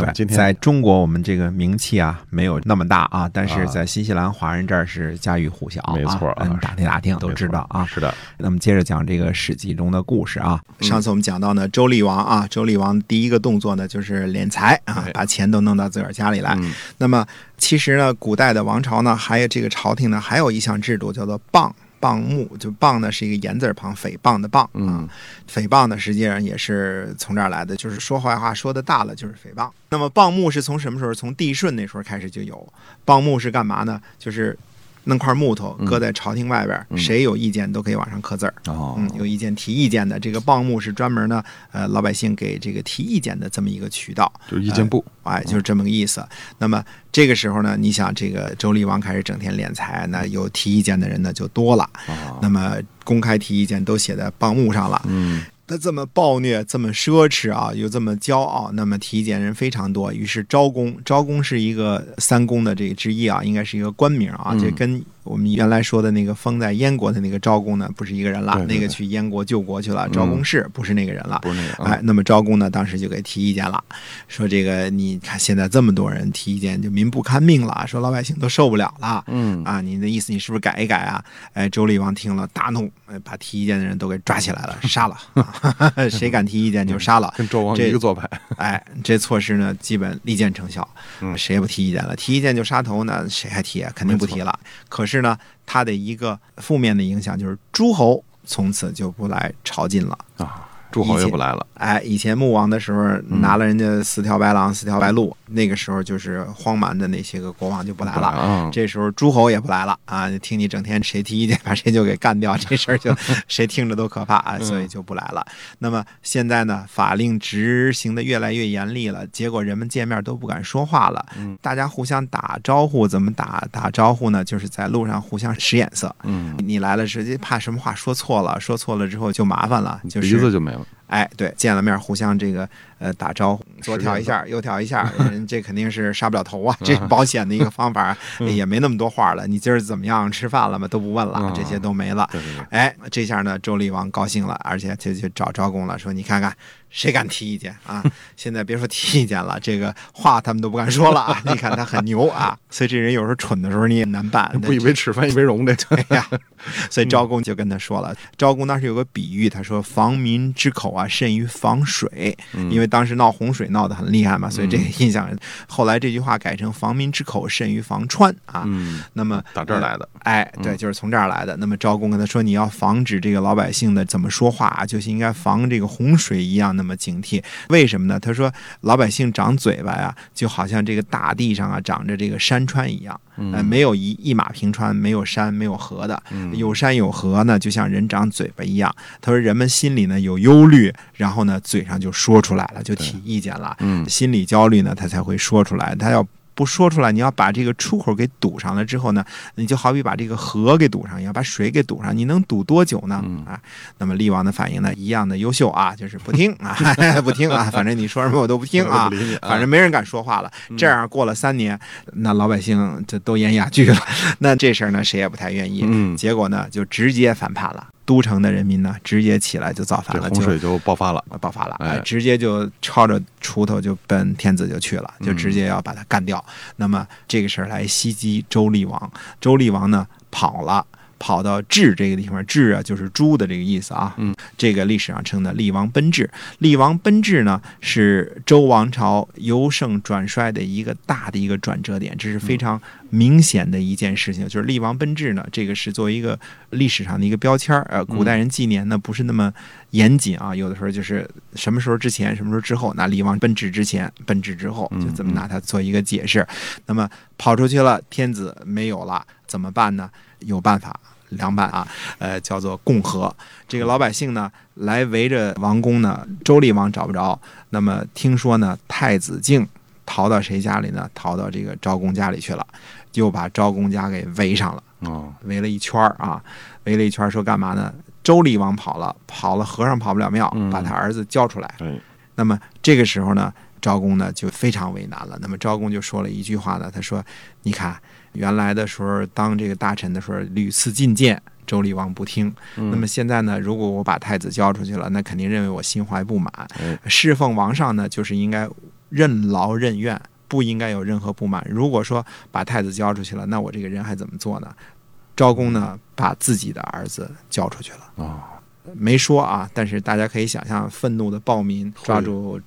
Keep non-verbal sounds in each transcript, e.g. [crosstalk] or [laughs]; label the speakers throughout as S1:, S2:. S1: 那么
S2: 对，
S1: 今天
S2: 在中国我们这个名气啊没有那么大啊，但是
S1: 啊
S2: 在新西兰华人这儿是家喻户晓、啊，
S1: 没错啊
S2: 嗯打听打听都
S1: 没
S2: 知
S1: 错
S2: 道啊。
S1: 是的，
S2: 那么接着讲这个《史记》中的故事啊。上次我们讲到呢，周厉王啊，周厉王第一个动作呢就是敛财啊
S1: 对，
S2: 把钱都弄到自个儿家里来。那么其实呢，古代的王朝呢，还有这个朝廷呢，还有一项制度叫做谤。谤目就谤呢是一个言字儿旁，诽谤的谤啊，诽谤呢实际上也是从这儿来的，就是说坏话说的大了就是诽谤。那么谤目是从什么时候？从帝舜那时候开始就有。谤目是干嘛呢？就是弄块木头搁在朝廷外边儿，谁有意见都可以往上刻字儿。
S1: 哦
S2: 嗯，有意见提意见的这个谤目是专门呢，呃，老百姓给这个提意见的这么一个渠道，
S1: 就是意见部，
S2: 哎，就是这么个意思。那么这个时候呢，你想这个周厉王开始整天敛财，那有提意见的人呢就多了，
S1: 哦
S2: 那么公开提意见都写在谤目上了，
S1: 嗯，
S2: 他这么暴虐，这么奢侈啊，又这么骄傲，那么提意见人非常多。于是昭公，昭公是一个三公的这个之一啊，应该是一个官名啊。
S1: 嗯
S2: 这跟我们原来说的那个封在燕国的那个昭公呢，不是一个人了。
S1: 对对对嗯
S2: 那个去燕国救国去了，昭公氏、不是那个人了。
S1: 不是那个，
S2: 哎，那么昭公呢，当时就给提意见了，说这个你看现在这么多人提意见，就民不堪命了，说老百姓都受不了了。
S1: 嗯
S2: 啊，你的意思你是不是改一改啊？哎，周厉王听了大怒，哎把提意见的人都给抓起来了，杀了， [laughs] 啊谁敢提意见就杀了。
S1: 跟纣王
S2: 这
S1: 一个做派，
S2: 哎，这措施呢，基本立见成效，
S1: 嗯
S2: 谁也不提意见了，提意见就杀头呢，谁还提啊？肯定不提了。可是呢，它的一个负面的影响就是诸侯从此就不来朝觐了。
S1: 啊，诸侯又不来了，
S2: 哎，以前穆王的时候拿了人家四条白狼、四条白鹿，那个时候就是荒蛮的那些个国王就不来了。
S1: 啊，
S2: 这时候诸侯也不来了啊，听你整天谁提意见把谁就 [laughs] 给干掉，这事儿就谁听着都可怕啊，所以就不来了。那么现在呢，法令执行的越来越严厉了，结果人们见面都不敢说话了，
S1: 嗯
S2: 大家互相打招呼，怎么打打招呼呢？就是在路上互相使眼色。
S1: 嗯，
S2: 你来了，直接怕什么话说错了，说错了之后就麻烦了，就
S1: 嗯鼻子
S2: 是
S1: 就没了，
S2: 哎，对，见了面互相这个呃打招呼，左
S1: 使
S2: 挑
S1: 眼
S2: 一下，右挑一
S1: [laughs]
S2: 下，人这肯定是杀不了头啊，这是
S1: 嗯
S2: 保险的一个方
S1: [laughs]
S2: 法，哎也没那么多话了。你今儿怎么样？吃饭了吗？都不问了
S1: 啊，
S2: 这些都没了。
S1: 对对对，
S2: 哎，这下呢，周厉王高兴了，而且就去找昭公了，说：“你看看，谁敢提意见
S1: [laughs]
S2: 啊？现在别说提意见了，这个话他们都不敢说了啊！你看他很牛啊，所以这人有时候蠢的时候你也难办。那
S1: [laughs] 不以为耻，反以为 [laughs] 荣，这个
S2: 哎呀，所以昭公就跟他说
S1: 嗯
S2: 了，昭公当时有个比喻，他说防民之口啊，甚于防水，
S1: 嗯
S2: 因为当时闹洪水闹得很厉害嘛，所以这个印象，后来这句话改成防民之口甚于防川啊。
S1: 嗯，
S2: 那么
S1: 打这儿来的，嗯
S2: 哎，对，就是从这儿来的。那么昭公跟他说，你要防止这个老百姓的怎么说话啊，就是应该防这个洪水一样那么警惕。为什么呢？他说，老百姓长嘴巴呀、就好像这个大地上啊长着这个山川一样，呃，没有一一马平川，没有山没有河的，有山有河呢，就像人长嘴巴一样。他说，人们心里呢有忧虑，然后呢嘴上就说出来了，就提意见了。
S1: 嗯
S2: 心理焦虑呢，他才会说出来。他要不说出来，你要把这个出口给堵上了之后呢，你就好比把这个河给堵上一样，把水给堵上，你能堵多久呢？啊，那么厉王的反应呢，一样的优秀啊，就是不听啊， [laughs] 不听啊，反正你说什么我都不 [laughs] 听啊
S1: 不。理你啊，
S2: 反正没人敢说话了。
S1: 嗯
S2: 这样过了三年，那老百姓这都演哑剧了。 [laughs] 那这事儿呢，谁也不太愿意。
S1: 嗯
S2: 结果呢，就直接反叛了。都城的人民呢，直接起来就造反
S1: 这
S2: 了，
S1: 洪
S2: 就
S1: 水就爆发了，
S2: 爆发了，
S1: 哎
S2: 呃直接就抄着锄头就奔天子就去了，就
S1: 嗯
S2: 直接要把他干掉。那么这个事儿来袭击周厉王，周厉王呢跑了。跑到治这个地方，治啊就是猪的这个意思啊。
S1: 嗯，
S2: 这个历史上称的厉王奔治。厉王奔治呢，是周王朝由盛转衰的一个大的一个转折点，这是
S1: 嗯
S2: 非常明显的一件事情。就是厉王奔治呢，这个是作为一个历史上的一个标签儿。
S1: 嗯
S2: 呃，古代人纪年呢不是那么严谨啊，有的时候就是什么时候之前，什么时候之后，那厉王奔至之前，奔至之后，
S1: 嗯
S2: 就这么拿它做一个解释。那么跑出去了，天子没有了，怎么办呢？有办法。凉拌啊，呃，叫做共和。这个老百姓呢，来围着王宫呢，周厉王找不着，那么听说呢，太子敬逃到谁家里呢？逃到这个昭公家里去了，又把昭公家给围上了，
S1: 哦，
S2: 围了一圈儿啊，围了一圈儿，说干嘛呢？周厉王跑了，跑了和尚跑不了庙，
S1: 嗯哎
S2: 把他儿子交出来。
S1: 对，
S2: 那么这个时候呢，昭公呢就非常为难了。那么昭公就说了一句话呢，他说：“你看，原来的时候当这个大臣的时候，屡次进谏，周厉王不听。
S1: 嗯
S2: 那么现在呢，如果我把太子交出去了，那肯定认为我心怀不满
S1: 哎。
S2: 侍奉王上呢，就是应该任劳任怨。”不应该有任何不满。如果说把太子交出去了，那我这个人还怎么做呢？昭公
S1: 嗯
S2: 呢，把自己的儿子交出去了。
S1: 哦，
S2: 没说啊，但是大家可以想象，愤怒的暴民抓住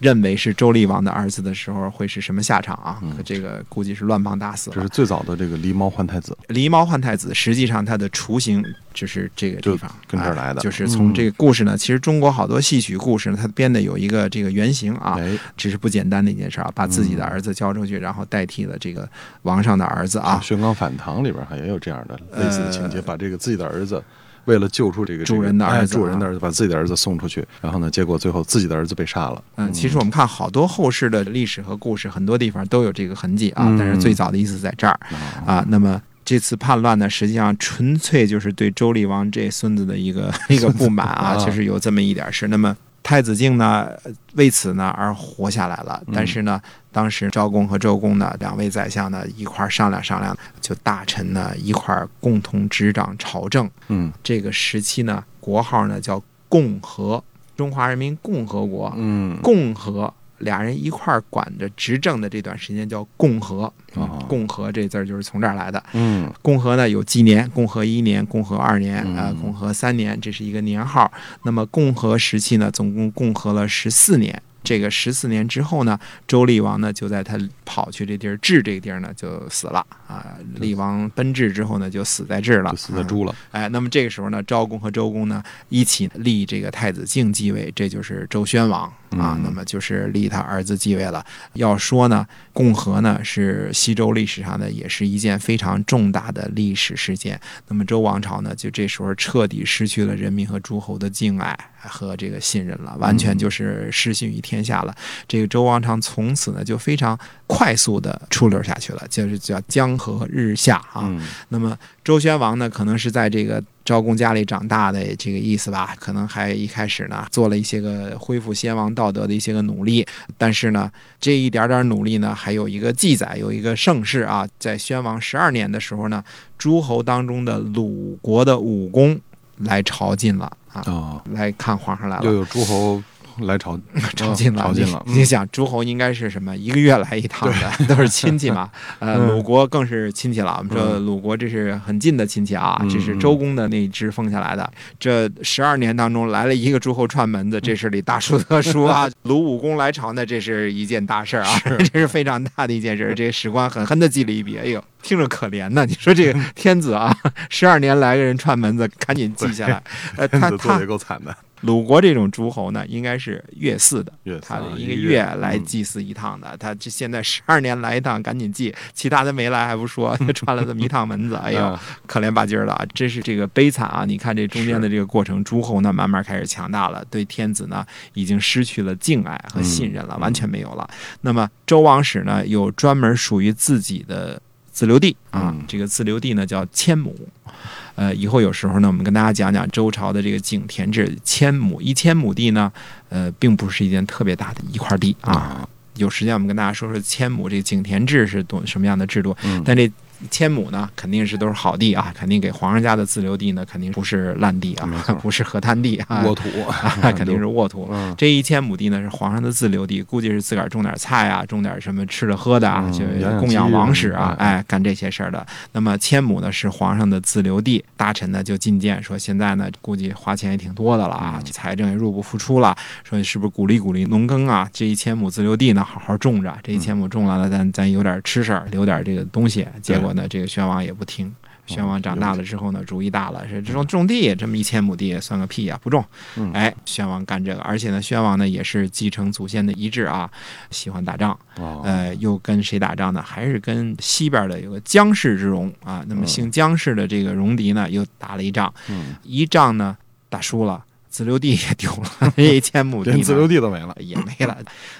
S2: 认为是周厉王的儿子的时候，会是什么下场啊？
S1: 嗯
S2: 可这个估计是乱棒打死
S1: 这
S2: 了
S1: 是。最早的这个狸猫换太子，
S2: 狸猫换太子，实际上它的雏形就是这个地方，
S1: 就跟这儿来的
S2: 哎就是从这个故事呢，其实中国好多戏曲故事呢，它编的有一个这个原型啊，
S1: 哎，嗯
S2: 只是不简单的一件事啊，把自己的儿子交出去，然后代替了这个王上的儿子啊。
S1: 宣纲反唐》里边还也有这样的类似的情节，
S2: 呃
S1: 把这个自己的儿子。为了救出这个
S2: 主人的
S1: 这个哎
S2: 儿子啊
S1: 主人的儿子把自己的儿子送出去，然后呢，结果最后自己的儿子被杀了。
S2: 嗯，其实我们看好多后世的历史和故事，很多地方都有这个痕迹啊
S1: 嗯。
S2: 但是最早的意思在这儿啊。那么这次叛乱呢，实际上纯粹就是对周厉王这孙子的一个一个不满啊，
S1: 啊
S2: 就是有这么一点事。那么太子敬呢，呃为此呢而活下来了。但是呢，当时昭公和周公呢，两位宰相呢一块儿商量商量，就大臣呢一块儿共同执掌朝政。
S1: 嗯
S2: 这个时期呢，国号呢叫共和，中华人民共和国。
S1: 嗯
S2: 共和，俩人一块儿管着执政的这段时间叫共和。嗯
S1: 哦
S2: 共和这字儿就是从这儿来的。
S1: 嗯
S2: 共和呢有纪年，共和一年、共和二年、呃
S1: 嗯，
S2: 共和三年，这是一个年号。那么共和时期呢，总共共和了十四年。这个十四年之后呢，周厉王呢就在他跑去这地儿治这个地儿呢就死了啊。厉王奔治之后呢就死在治了，
S1: 就死在
S2: 嗯
S1: 猪了。
S2: 哎，那么这个时候呢，昭公和周公呢一起立这个太子敬继位，这就是周宣王啊。
S1: 嗯
S2: 那么就是立他儿子继位了。要说呢，共和呢是西周历史上呢也是一件非常重大的历史事件。那么周王朝呢，就这时候彻底失去了人民和诸侯的敬爱和这个信任了，完全就是失信于天下了。这个周王朝从此呢就非常快速的出溜下去了，就是叫江河日下啊。
S1: 嗯
S2: 那么周宣王呢，可能是在这个昭公家里长大的这个意思吧，可能还一开始呢做了一些个恢复先王道德的一些个努力，但是呢，这一点点努力呢，还有一个记载，有一个盛世啊，在宣王十二年的时候呢，诸侯当中的鲁国的武功来朝觐了啊，
S1: 哦，
S2: 来看皇上来了
S1: 又。有诸侯来朝
S2: [laughs]
S1: 啊
S2: 朝觐了，
S1: 朝觐嗯了。
S2: 你你想，诸侯应该是什么？一个月来一趟的， [laughs] 都是亲戚
S1: [laughs]
S2: 嘛。呃，
S1: 嗯
S2: 鲁国更是亲戚了。我们说
S1: 嗯
S2: 鲁国这是很近的亲戚啊，
S1: 嗯
S2: 这是周公的那一支封下来的。这十二年当中来了一个诸侯串门
S1: 嗯
S2: 子，这事里大书特书
S1: [laughs]
S2: 啊。鲁武公来朝呢，这是一件大事儿啊， [laughs] 这是非常大的一件事儿。这个史官狠狠的记了一笔，哎呦，听着可怜呐。你 [laughs] 说这个天子啊， [laughs] 十二年来个人串门子，赶紧记下
S1: [laughs]
S2: 来。呃，
S1: 天
S2: [laughs] 他
S1: 子嗯做
S2: 他
S1: 的也够惨的，
S2: 鲁国这种诸侯呢，应该是月祀的，
S1: 月
S2: 他
S1: 啊
S2: 得一
S1: 个
S2: 个月来
S1: 嗯
S2: 祭祀一趟的。他这现在十二年来一趟，赶紧祭，其他的没来还不说，
S1: [laughs]
S2: 就串了这么一趟门子，哎呦，
S1: 啊
S2: 可怜吧唧儿的啊，真是这个悲惨啊！你看这中间的
S1: 是
S2: 这个过程，诸侯呢慢慢开始强大了，对天子呢已经失去了敬爱和信任了，
S1: 嗯
S2: 完全没有了。那么周王室呢有专门属于自己的自留地啊，
S1: 嗯
S2: 这个自留地呢叫千亩。呃，以后有时候呢，我们跟大家讲讲周朝的这个井田制，千亩一千亩地呢，呃，并不是一件特别大的一块地啊。
S1: 啊，
S2: 有时间我们跟大家说说千亩这个井田制是懂什么样的制度，
S1: 嗯
S2: 但这千亩呢，肯定是都是好地啊，肯定给皇上家的自留地呢，肯定不是烂地啊
S1: 没
S2: [laughs]
S1: 错，
S2: 不是河滩地啊，
S1: 沃土
S2: 肯定是沃土。
S1: [laughs] 嗯
S2: 这一千亩地呢，是皇上的自留地，估计是自个儿种点菜啊，种点什么吃的喝的啊
S1: 嗯，
S2: 就
S1: 养养
S2: 供
S1: 鸡
S2: 养
S1: 什么
S2: 王
S1: 的
S2: 室啊，
S1: 哎
S2: 哎，干这些事儿的。那么千亩呢是皇上的自留地，大臣呢就进谏说，现在呢估计花钱也挺多的了啊
S1: 嗯，
S2: 财政也入不敷出了，说你是不是鼓励鼓励农耕啊？这一千亩自留地呢，好好种着，这一千亩种了呢，咱咱有点吃食儿，留点这个东西。结果呢，这个宣王也不听。宣王长大了之后呢，主意大了，是这种种地这么一千亩地算个屁呀、不种。
S1: 嗯
S2: 哎，宣王干这个，而且呢，宣王呢也是继承祖先的遗志啊，喜欢打仗。
S1: 哦，
S2: 呃，又跟谁打仗呢？还是跟西边的有个姜氏之戎啊。那么姓姜氏的这个戎狄呢，又打了一仗，
S1: 嗯，
S2: 一仗呢打输了，子留地也丢了， [laughs] 这一千亩地
S1: 连
S2: 呢
S1: 自留地都没了。
S2: 也没
S1: [laughs]
S2: 了。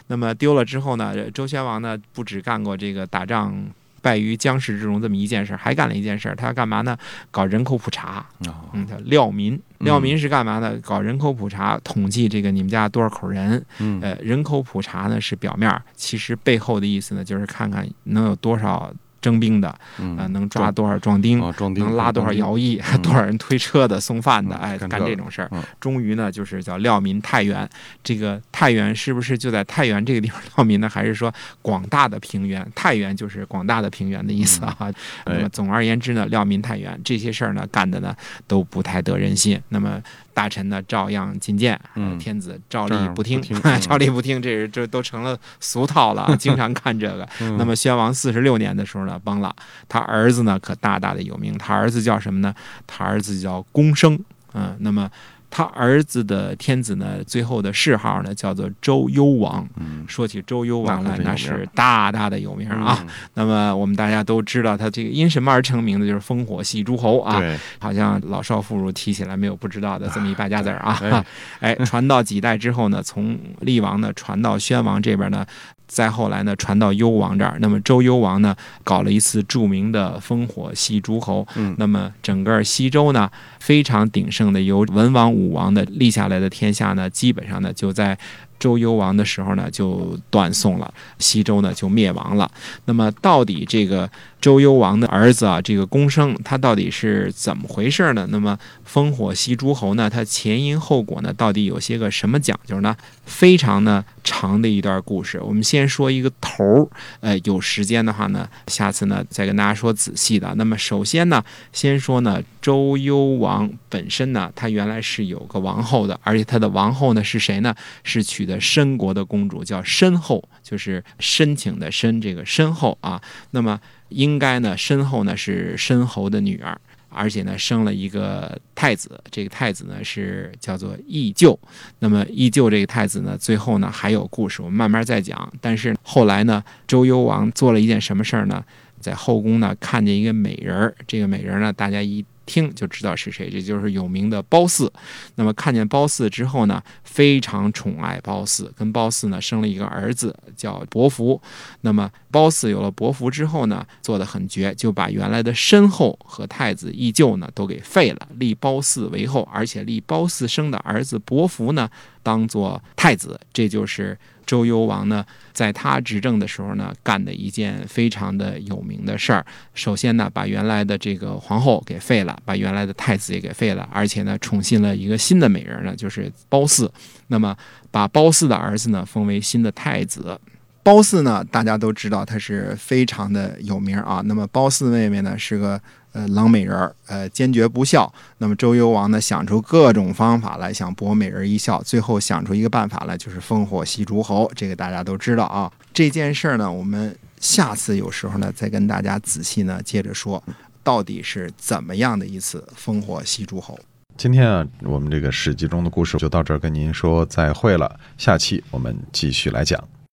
S2: 那么丢了之后呢，呃周宣王呢不只干过这个打仗败于姜氏之戎这么一件事儿，还干了一件事儿，他要干嘛呢？搞人口普查。
S1: 哦
S2: 嗯，叫廖民。
S1: 嗯
S2: 廖民是干嘛呢？搞人口普查，统计这个你们家多少口人。
S1: 嗯
S2: 呃，人口普查呢是表面儿，其实背后的意思呢就是看看能有多少征兵的，啊、
S1: 嗯，
S2: 能抓多少壮丁。
S1: 哦，壮丁
S2: 能拉多少？徭役，
S1: 嗯
S2: [laughs] 多少人推车的、送饭的，
S1: 嗯
S2: 哎，
S1: 干
S2: 干
S1: 这
S2: 这
S1: 个
S2: 种事儿
S1: 嗯。
S2: 终于呢，就是叫廖民太原。这个太原是不是就在太原这个地方 [laughs] 廖民呢？还是说广大的平原？太原就是广大的平原的意思啊。
S1: 哎
S2: 那么总而言之呢，廖民太原这些事儿呢，干的呢都不太得人心。那么大臣呢，照样进谏，
S1: 嗯
S2: 呃天子照例
S1: 照样
S2: 不听
S1: 不听嗯，
S2: 照例不听，这是这都成了俗套了，啊经常干这个。
S1: 嗯
S2: [laughs] 那么宣王四十六年的时候呢，崩了。他儿子呢，可大大的有名。他儿子叫什么呢？他儿子叫公生。嗯，那么他儿子的天子呢，最后的谥号呢，叫做周幽王。
S1: 嗯，
S2: 说起周幽王
S1: 那
S2: 来
S1: 可，真有
S2: 那
S1: 名儿嗯
S2: 是大大的有名啊。那么我们大家都知道，他这个因什么而成名的，就是烽火戏诸侯啊。
S1: 对，
S2: 好像老少妇孺提起来没有不知道的这么一败家子儿
S1: 哎
S2: 啊。 [laughs] 哎，传到几代之后呢，从厉王呢传到宣王这边呢，再后来呢传到幽王这儿。那么周幽王呢搞了一次著名的烽火戏诸侯，
S1: 嗯
S2: 那么整个西周呢非常鼎盛的由文王、武王的立下来的天下呢，基本上呢就在。周幽王的时候呢，就断送了西周呢，就灭亡了。那么到底这个周幽王的儿子啊，这个公生，他到底是怎么回事呢？那么烽火戏诸侯呢，它前因后果呢，到底有些个什么讲究呢？非常呢长的一段故事，我们先说一个头儿。呃，有时间的话呢，下次呢再跟大家说仔细的。那么首先呢，先说呢周幽王本身呢，他原来是有个王后的，而且他的王后呢是谁呢？是娶的申国的公主，叫申后，就是申请的申，这个申后啊。那么应该呢，申后呢是申侯的女儿。而且呢，生了一个太子，这个太子呢是叫做义臼。那么义臼这个太子呢，最后呢还有故事，我们慢慢再讲。但是后来呢，周幽王做了一件什么事儿呢？在后宫呢看见一个美人儿，这个美人儿呢，大家一听就知道是谁，这就是有名的褒姒。那么看见褒姒之后呢，非常宠爱褒姒，跟褒姒呢生了一个儿子叫伯服。那么褒姒有了伯服之后呢，做的很绝，就把原来的申后和太子义臼呢都给废了，立褒姒为后，而且立褒姒生的儿子伯服呢当做太子，这就是周幽王呢在他执政的时候呢干的一件非常的有名的事儿。首先呢，把原来的这个皇后给废了，把原来的太子也给废了，而且呢，宠信了一个新的美人呢，就是褒姒。那么，把褒姒的儿子呢封为新的太子。褒姒呢，大家都知道她是非常的有名啊。那么褒姒妹妹呢是个呃郎美人儿，呃坚决不孝。那么周幽王呢想出各种方法来想博美人一笑，最后想出一个办法来，就是烽火戏诸侯。这个大家都知道啊。这件事儿呢，我们下次有时候呢再跟大家仔细呢接着说，到底是怎么样的一次烽火戏诸侯。
S1: 今天啊，我们这个史记中的故事就到这儿，跟您说再会了。下期我们继续来讲。